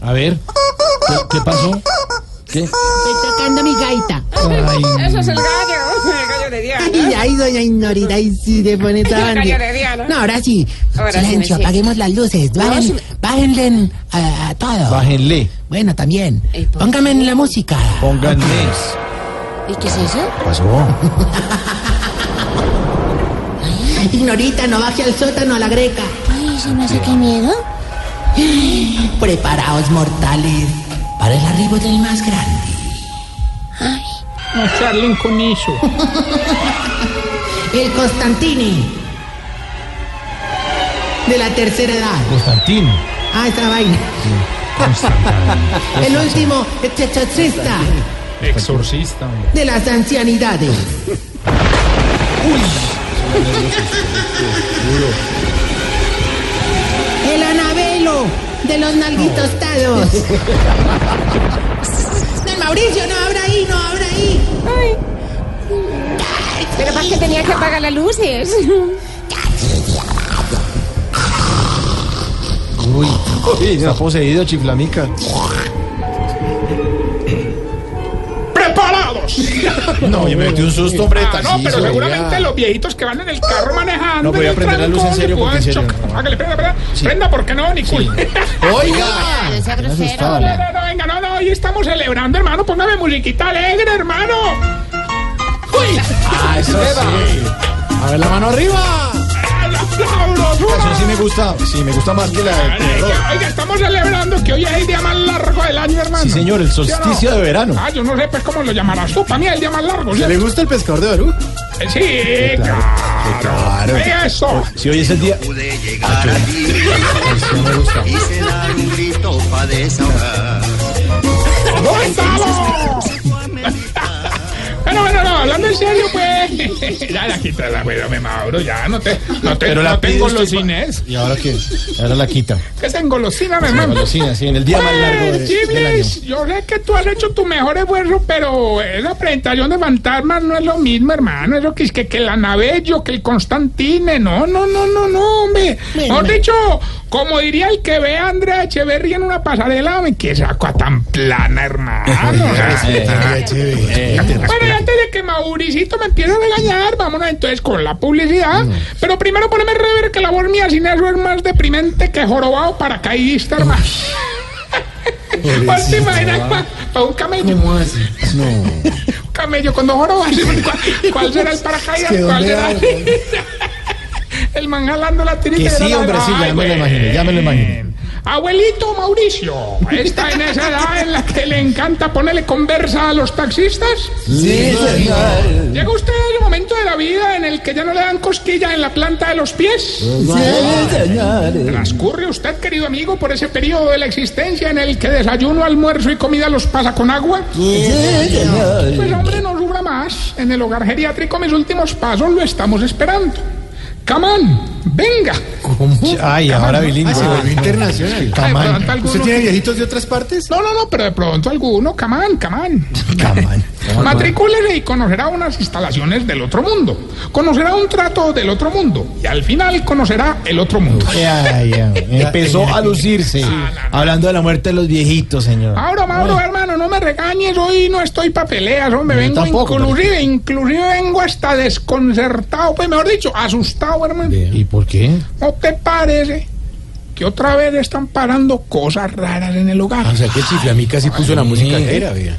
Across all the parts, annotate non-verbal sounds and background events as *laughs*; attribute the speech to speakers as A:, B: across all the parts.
A: A ver, ¿qué, qué pasó? ¿Qué?
B: Estoy tocando mi gaita.
A: Ay,
C: Eso es el gallo, *laughs* el gallo de Diana.
B: Ay, ay, doña Ignorita, y si le pone
C: *laughs*
B: toda
C: El gallo de
B: nerviosa.
C: Diana.
B: No, ahora sí.
C: Ahora sí,
B: Silencio,
C: sí.
B: apaguemos las luces. Bajen, bájenle a, a todo.
A: bájenle,
B: Bueno, también.
C: Eh, ¿por
B: Póngame en la música.
A: pónganle.
C: ¿Y qué es eso?
A: ¿Qué pasó?
B: Ignorita, no baje al sótano a la greca.
D: Ay, se me hace que miedo.
B: Preparaos, mortales, para el arribo del más grande.
E: No charlen con eso.
B: El Constantini. De la tercera edad.
A: Constantino.
B: Ah, esa vaina. El último exorcista
E: Exorcista. hombre.
B: de las ancianidades. El anabelo de los nalguitostados. No, Mauricio, no abra ahí, no abra ahí.
C: Ay. Pero para que tenía que apagar las luces.
A: Uy, está poseído, chiflamica.
E: ¡Preparados!
A: No, yo me metí un susto, hombre.
E: Ah, no,
A: Tarcisio,
E: pero
A: oiga.
E: seguramente los viejitos que van en el carro manejando.
A: No, pero voy a
E: en el
A: prender la luz en
E: trancón,
A: serio,
E: le
A: porque en
E: pueden
A: serio,
E: chocar.
A: no.
E: Hágale, prenda, prenda. Prenda, porque no, Nicul.
A: ¡Oiga!
D: No sea
A: Me
D: grosero.
A: asustaba,
E: *laughs* No,
A: ¿no?
E: no, no, venga, no, no, hoy estamos celebrando, hermano. Póngame musiquita alegre, hermano.
A: Ah, eso sí. A ver, la mano arriba.
E: Ah, la- la brosura.
A: Eso sí me gusta. Sí, me gusta más que la de terror.
E: Oiga, oiga, estamos celebrando que hoy es el día más largo del año, hermano.
A: Sí, señor, el
E: ¿Sí o no?
A: solsticio de verano.
E: Ah, yo no sé pues cómo lo llamarás tú. Para mí es el día más largo,
A: ¿Se
E: ¿cierto?
A: le gusta el pescador de Barú?
E: Sí, claro.
A: Claro.
E: Oiga, Eso.
A: Si hoy es el día.
F: pude llegar a ti. Quise dar un grito para desahogar.
E: ¿Cómo estamos? Bueno, bueno, no, hablando en serio, pues. *laughs* ya la quita la güey, me Mauro, ya no te, no te, no te
A: pido usted
E: engolosines.
A: pa- ¿Y ahora qué? Ahora la quita.
G: Mm.
E: Que se engolosina, mi hermano.
A: Golosina, sí, en el día más largo de-
E: Pues,
A: del año.
E: Chiblis, yo sé que tú has hecho tu mejor esfuerzo, pero esa presentación de fantasmas no es lo mismo, hermano. Eso que es que, que el Anabello, que el Constantine. No, no, no, no, no, hombre. Mejor dicho, como diría el que ve a Andrea Echeverría en una pasarela, hombre, qué saco tan plana,
A: *laughs* Ah,
E: *laughs* hermano. O sea,
A: Eh, eh,
E: bueno, y antes de que Mauricito me empiece a regañar, vámonos entonces con la publicidad. Pero primero poneme rever que la voz mía sin eso es más deprimente que jorobado paracaidista, hermano. ¿Te imaginas para un camello?
A: No.
E: *laughs* Un camello cuando jorobas. ¿Cuál, cuál será el paracaídas?
A: Es que
E: ¿Cuál
A: ¿dónde
E: será?
A: hago?
E: *laughs* el man jalando la tirita.
A: Que
E: y era
A: sí,
E: la-
A: hombre, sí, ya
E: Ay,
A: me lo
E: güey.
A: imaginé, ya me lo imaginé.
E: Abuelito Mauricio, está en esa edad en la que le encanta ponerle conversa a los taxistas.
A: Sí, señor.
E: ¿Llega usted el momento de la vida en el que ya no le dan cosquilla en la planta de los pies? Transcurre usted, querido amigo, por ese periodo de la existencia en el que desayuno, almuerzo y comida los pasa con agua. Pues hombre, no sufra más. En el hogar geriátrico mis últimos pasos lo estamos esperando. Camán, venga.
A: Ay, ahora bilingüe.
G: Ah, se volvió internacional.
A: Camán.
E: Ay, pronto alguno-
G: ¿Usted tiene viejitos de otras partes?
E: No, no, no, pero de pronto alguno, Camán, Camán.
A: Camán.
E: Matricúlese y conocerá unas instalaciones del otro mundo. Conocerá un trato del otro mundo. Y al final conocerá el otro mundo.
A: Ay, ay, Empezó a lucirse. Hablando de la muerte de los viejitos, señor.
G: Ah.
E: Ahora, Mauro, hermano, no me regañes, hoy no estoy para peleas, hombre,
A: Yo
E: vengo
A: tampoco,
E: inclusive, inclusive vengo hasta desconcertado, pues mejor dicho, asustado, hermano.
A: ¿Y por qué?
E: ¿No te parece que otra vez están parando cosas raras en el
A: Ah,
E: hogar?
G: O sea, que el chiflamica sí puso la música entera, vea.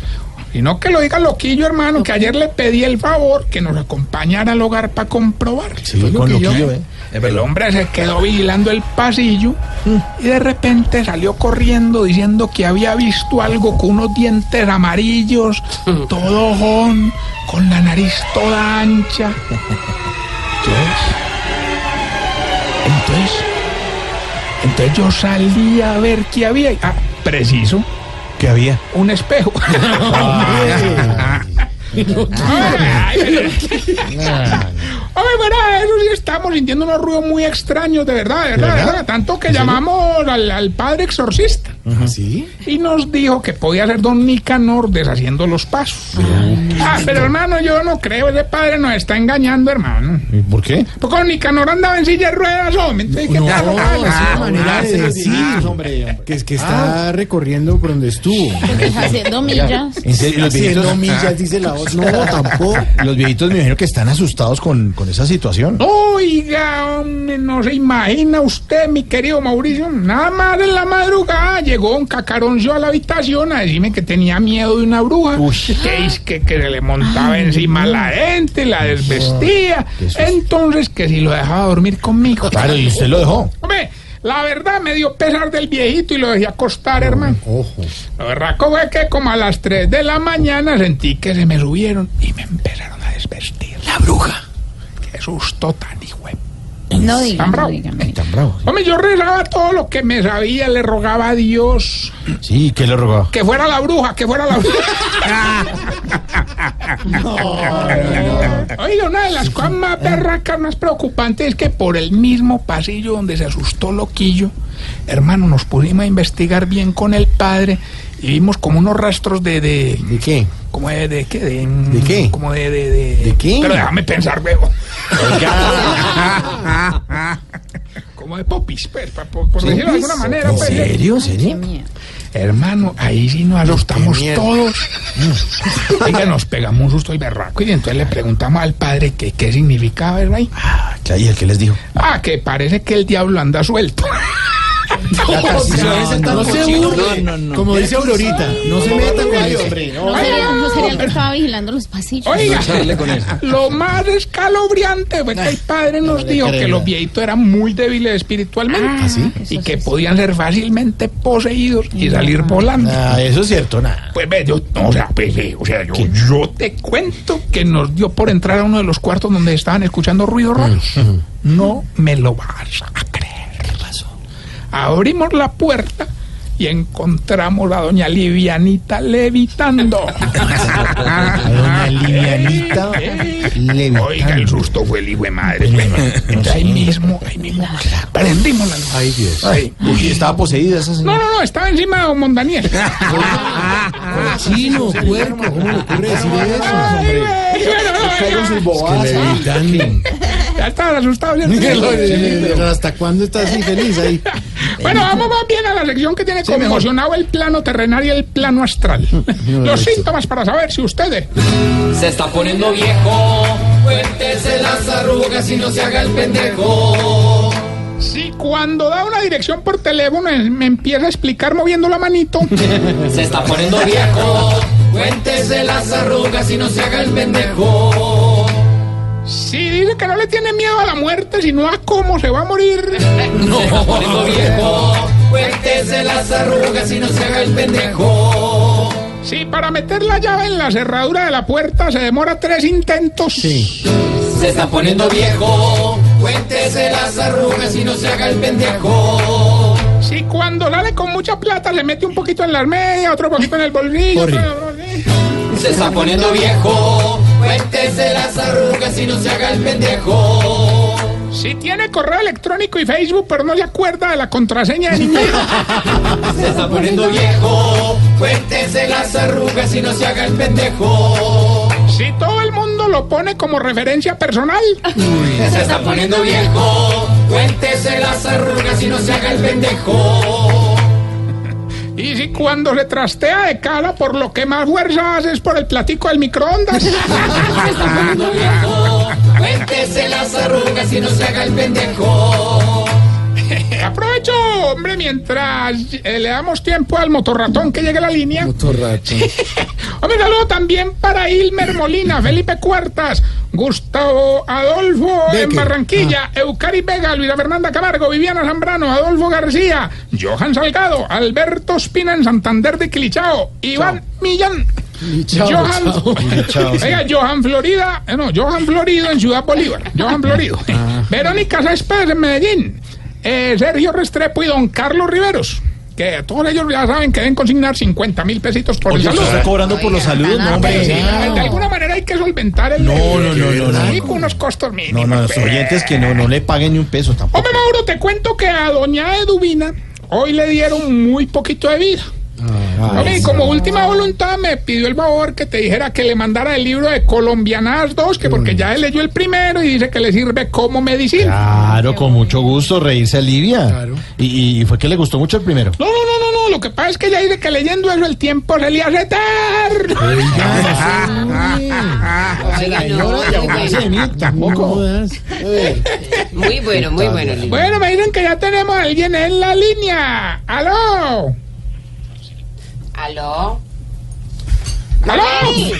E: Y no que lo diga loquillo, hermano, que ayer le pedí el favor que nos acompañara al hogar para comprobarlo.
A: Fue con loquillo, ¿eh?
E: El hombre se quedó vigilando el pasillo y de repente salió corriendo diciendo que había visto algo con unos dientes amarillos, todo ojón, con la nariz toda ancha. Entonces, entonces, entonces yo salí a ver qué había. y- Ah, preciso,
A: ¿Qué había? Ah,
E: un
A: *laughs*
E: espejo. *laughs* Ay, pero- Hombre, bueno, eso sí estamos sintiendo unos ruidos muy extraños, de verdad, de verdad, de verdad. Tanto que llamamos al, al padre exorcista.
G: Ah, ¿Sí?
E: y nos dijo que podía ser don Nicanor deshaciendo los pasos. Ah, pero hermano, yo no creo, ese padre nos está engañando, hermano.
A: ¿Por qué?
E: Porque don Nicanor andaba en silla de ruedas, hombre. entonces, ¿qué
G: No,
E: tal,
G: no,
E: hermano?
G: es una manera de
A: Ah,
G: decir
A: hombre, hombre.
G: que, es que
E: Ah.
G: está recorriendo por donde
E: *laughs*
G: estuvo.
D: *laughs* Haciendo millas.
A: En serio, los viejitos,
G: Haciendo millas, dice la
A: *laughs*
G: voz. No, tampoco.
A: los viejitos me imagino que están asustados con, con esa situación.
E: Oiga, hombre, no se imagina usted, mi querido Mauricio. Nada más en la madrugada llegó un cacaroncio a la habitación a decirme que tenía miedo de una bruja. Que, es que, que se le montaba encima a la gente, la desvestía. Entonces, que si lo dejaba dormir conmigo.
A: Claro, y usted lo dejó.
E: Hombre, la verdad me dio pesar del viejito y lo dejé acostar, hermano.
G: Ojo.
E: Lo berraco fue que como a las 3 de la mañana sentí que se me subieron y me empezaron a desvestir.
B: La bruja.
E: Qué susto tan hijo de
D: No digan,
E: Tan
D: no
E: bravo.
D: digan.
A: Tan bravo.
E: Hombre, yo rezaba todo lo que me sabía, le rogaba a Dios
A: Sí, ¿qué le rogaba?
E: que fuera la bruja, que fuera la bruja. Oiga, una de las cosas más berracas, más preocupantes es que por el mismo pasillo donde se asustó Loquillo, hermano, nos pusimos a investigar bien con el padre y vimos como unos rastros de... de
G: ¿De qué?
E: como de, de qué? ¿De,
G: ¿De qué?
E: Como de... ¿De, de,
G: ¿De qué?
E: Pero déjame pensar, huevo. *laughs* como de popis, pues, pa- por, por decirlo de alguna manera.
A: ¿En
E: pues.
A: serio? ¿En serio?
E: Hermano, ahí sí nos asustamos
G: Qué miedo. Mm.
E: todos. Oiga, nos pegamos un susto y berraco. Y entonces le preguntamos al padre que qué significaba, ¿verdad? Y,
A: Ah, claro, ¿Y el que les dijo?
E: Ah, que parece que el diablo anda suelto.
G: No, se burle. Como dice Aurorita, no se meta con eso.
D: No sería, no sería el que estaba vigilando los pasillos.
E: Oiga, *laughs* lo más escalobriante fue que el padre nos dijo que los viejitos eran muy débiles espiritualmente. Y que podían ser fácilmente poseídos y salir volando.
A: Ah, eso es cierto, nada.
E: Pues ve, yo, no, o sea, pues, ve, o sea, yo, yo te cuento que nos dio por entrar a uno de los cuartos donde estaban escuchando ruidos raros. No me lo vas a creer. Abrimos la puerta y encontramos a doña Livianita levitando.
A: A doña Livianita levitando.
E: Oiga, el susto fue el hijo de madre. güey. Entonces, ahí mismo, ahí mismo, prendimos la luz.
G: Ay, Dios.
E: Ay.
A: Uy, estaba poseída esa
E: No,
C: *laughs*
A: señora.
E: no, no, estaba encima de don Mondaniel.
G: Chino, puerco, ¿cómo le ocurre decir eso?
E: Ay, güey, bueno,
A: Cayeron
E: oiga,
A: sus bobadas. *laughs*
E: Ya estaban asustados. ya.
G: Pero ¿Hasta cuándo estás infeliz ahí?
E: Bueno, vamos más bien a la sección que tiene conmocionado el plano terrenal y el plano astral. Los síntomas para saber si ustedes.
H: Se está poniendo viejo. Cuéntese las arrugas y no se haga el pendejo.
E: Si cuando da una dirección por teléfono eh, me empieza a explicar moviendo la manito.
H: Se está poniendo viejo. Cuéntese las arrugas y no se haga el pendejo.
E: Si dice que no le tiene miedo a la muerte, sino a cómo se va a morir.
H: *laughs* Se está poniendo viejo. Cuéntese las arrugas y no se haga el pendejo.
E: Si para meter la llave en la cerradura de la puerta se demora tres intentos.
H: Se está poniendo viejo. Cuéntese las arrugas y no se haga el pendejo.
E: Si cuando sale con mucha plata le mete un poquito en las medias, otro poquito en el bolsillo.
G: Corre.
E: otro en el bolsillo.
H: Se está poniendo viejo. Cuéntese las arrugas y no se haga el pendejo.
E: Si tiene correo electrónico y Facebook, pero no se acuerda de la contraseña de ninguno.
H: Se está poniendo viejo, cuéntese las arrugas y no se haga el pendejo.
E: Si todo el mundo lo pone como referencia personal.
H: Se está poniendo viejo, cuéntese las arrugas y no se haga el pendejo.
E: Y si cuando se trastea de cara, por lo que más fuerza hace es por el platico del microondas.
H: Viejo, Cuéntese las arrugas y no se haga el pendejo.
E: Eh, Aprovecho, hombre, mientras eh, le damos tiempo al motorratón que llegue a la línea.
G: Motorrato.
E: *laughs* Hombre, saludo también para Ilmer Molina, Felipe Cuartas, Gustavo Adolfo en
G: Becker.
E: Barranquilla,
G: Ah.
E: Eucari Vega, Luisa Fernanda Camargo, Viviana Zambrano, Adolfo García, Johan Salgado, Alberto Espina en Santander de Quilichao, Iván Millán.
G: chao,
E: Johan,
G: chao.
E: *laughs*
A: Chao, sí.
E: Oiga, Johan Florida, eh, no, Johan Florido en Ciudad Bolívar,
A: *laughs*
E: Johan Florido,
A: Ah.
E: Verónica Céspedes en Medellín, eh, Sergio Restrepo y don Carlos Riveros, que todos ellos ya saben que deben consignar 50 mil pesitos por el
A: Oye, usted
E: saludo.
A: está cobrando por los saludos, no,
E: Pero sí,
A: hombre.
E: de alguna manera hay que solventar el.
A: No, no, no, no, no.
E: Sí, con unos costos
A: No,
E: mínimos.
A: no, los
E: pues.
A: oyentes que no, no le paguen ni un peso tampoco.
E: Hombre, Mauro, te cuento que a doña Eduvina hoy le dieron muy poquito de vida.
A: Ah,
E: A mí, como última voluntad, me pidió el favor que te dijera que le mandara el libro de Colombianas 2, que porque ya él leyó el primero y dice que le sirve como medicina.
A: Claro, con mucho gusto reírse a Livia. Y, y fue que le gustó mucho el primero.
E: No, no, no, no, no, lo que pasa es que ya dice que leyendo eso el tiempo se le hace eterno.
A: Tampoco.
I: Muy bueno, muy bueno. Lili.
E: Bueno, me dicen que ya tenemos a alguien en la línea. ¡Aló!
I: ¿Aló?
E: ¡Aló!
C: Marleni,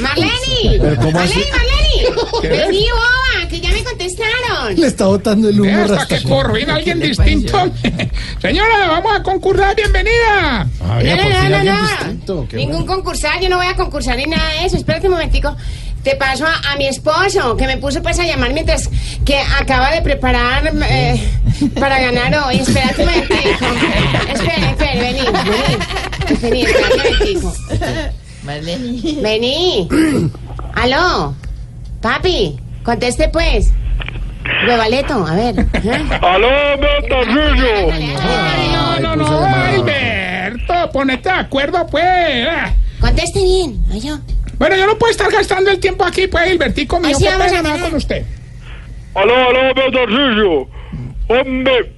C: Marleni,
A: Pero ¿cómo así?
C: Marleni, Marleni,
E: ¿Qué?
C: vení boba, que ya me contestaron.
G: Le está botando el
E: Vea
G: humo
E: hasta que
G: rascachón.
E: corro, viene alguien distinto. *laughs* Señora, vamos a concursar, bienvenida.
A: Ah,
C: No,
A: vea, por fin
C: no, no,
A: alguien
C: no,
A: distinto,
C: no.
A: qué
C: Ningún
A: bueno.
C: concursar, yo no voy a concursar ni nada de eso. Espérate un momentico. Te paso a, a mi esposo, que me puso pues a llamar mientras que acaba de preparar eh,
A: *laughs*
C: para ganar hoy. Espérate un momentico. Espera, espera, vení, vení. Vení, espera un momentico. Vení. Aló. Papi, conteste pues. Huevaleto, a ver. Ajá.
J: ¡Aló, Montarrillo!
E: Ay, no, no,
A: puso
E: no,
A: de mala hora.
E: Alberto, ponete de acuerdo, pues. Ah.
C: Conteste bien, yo.
E: Bueno, yo no puedo estar gastando el tiempo aquí, pues, Albertico mío,
C: Así
E: qué
C: vamos
E: pena
C: a
E: nada
C: ganar.
E: con usted.
J: ¡Aló, aló, Montarrillo! Hombre,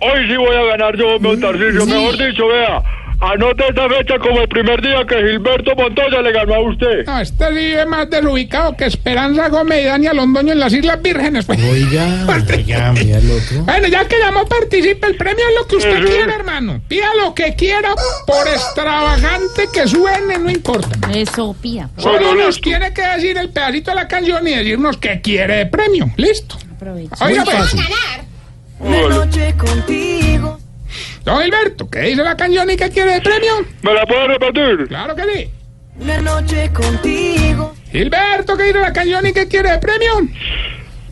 J: hoy sí voy a ganar yo, Montarrillo. Mejor dicho, vea, anote esta fecha como el primer día que Gilberto Montoya le ganó a usted.
E: No, este vive más desubicado que Esperanza Gómez y Dania Londoño en las Islas Vírgenes, pues.
A: Oiga, oiga, mira el otro.
E: Bueno, ya que llamó, participe. El premio es lo que usted
J: Ujú.
E: quiera, hermano. Pida lo que quiera, por extravagante que suene, no importa.
D: Eso, pía.
E: Solo
J: Solo
E: nos
J: esto.
E: tiene que decir el pedacito de la canción y decirnos que quiere de premio. Listo.
D: Aprovecha.
E: Oiga, pues,
C: Ganar.
J: Vale.
E: don Alberto, ¿qué dice la canción y qué quiere de premio?
J: ¿Me la puedo repetir?
E: Claro que sí. Gilberto, ¿qué dice la canción y qué quiere de premio?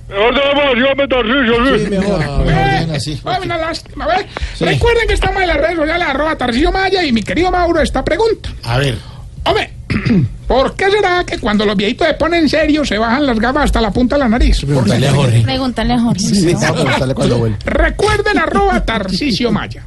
J: Mejor de la población, Montarrillo,
A: Sí,
J: sí.
A: mejor.
E: Eh,
A: Bien, así.
E: ay, una lástima, ¿ve? Recuerden que estamos en las redes sociales, arroba Tarcillo Maya y mi querido Mauro, esta pregunta.
A: A ver.
E: Hombre, *clears throat* ¿por qué será que cuando los viejitos se ponen serios se bajan las gafas hasta la punta de la nariz? Por-
A: Dale a Jorge.
D: Pregúntale a Jorge.
A: Vamos a preguntarle cuando vuelve.
E: Recuerden arroba Tarcisio Maya.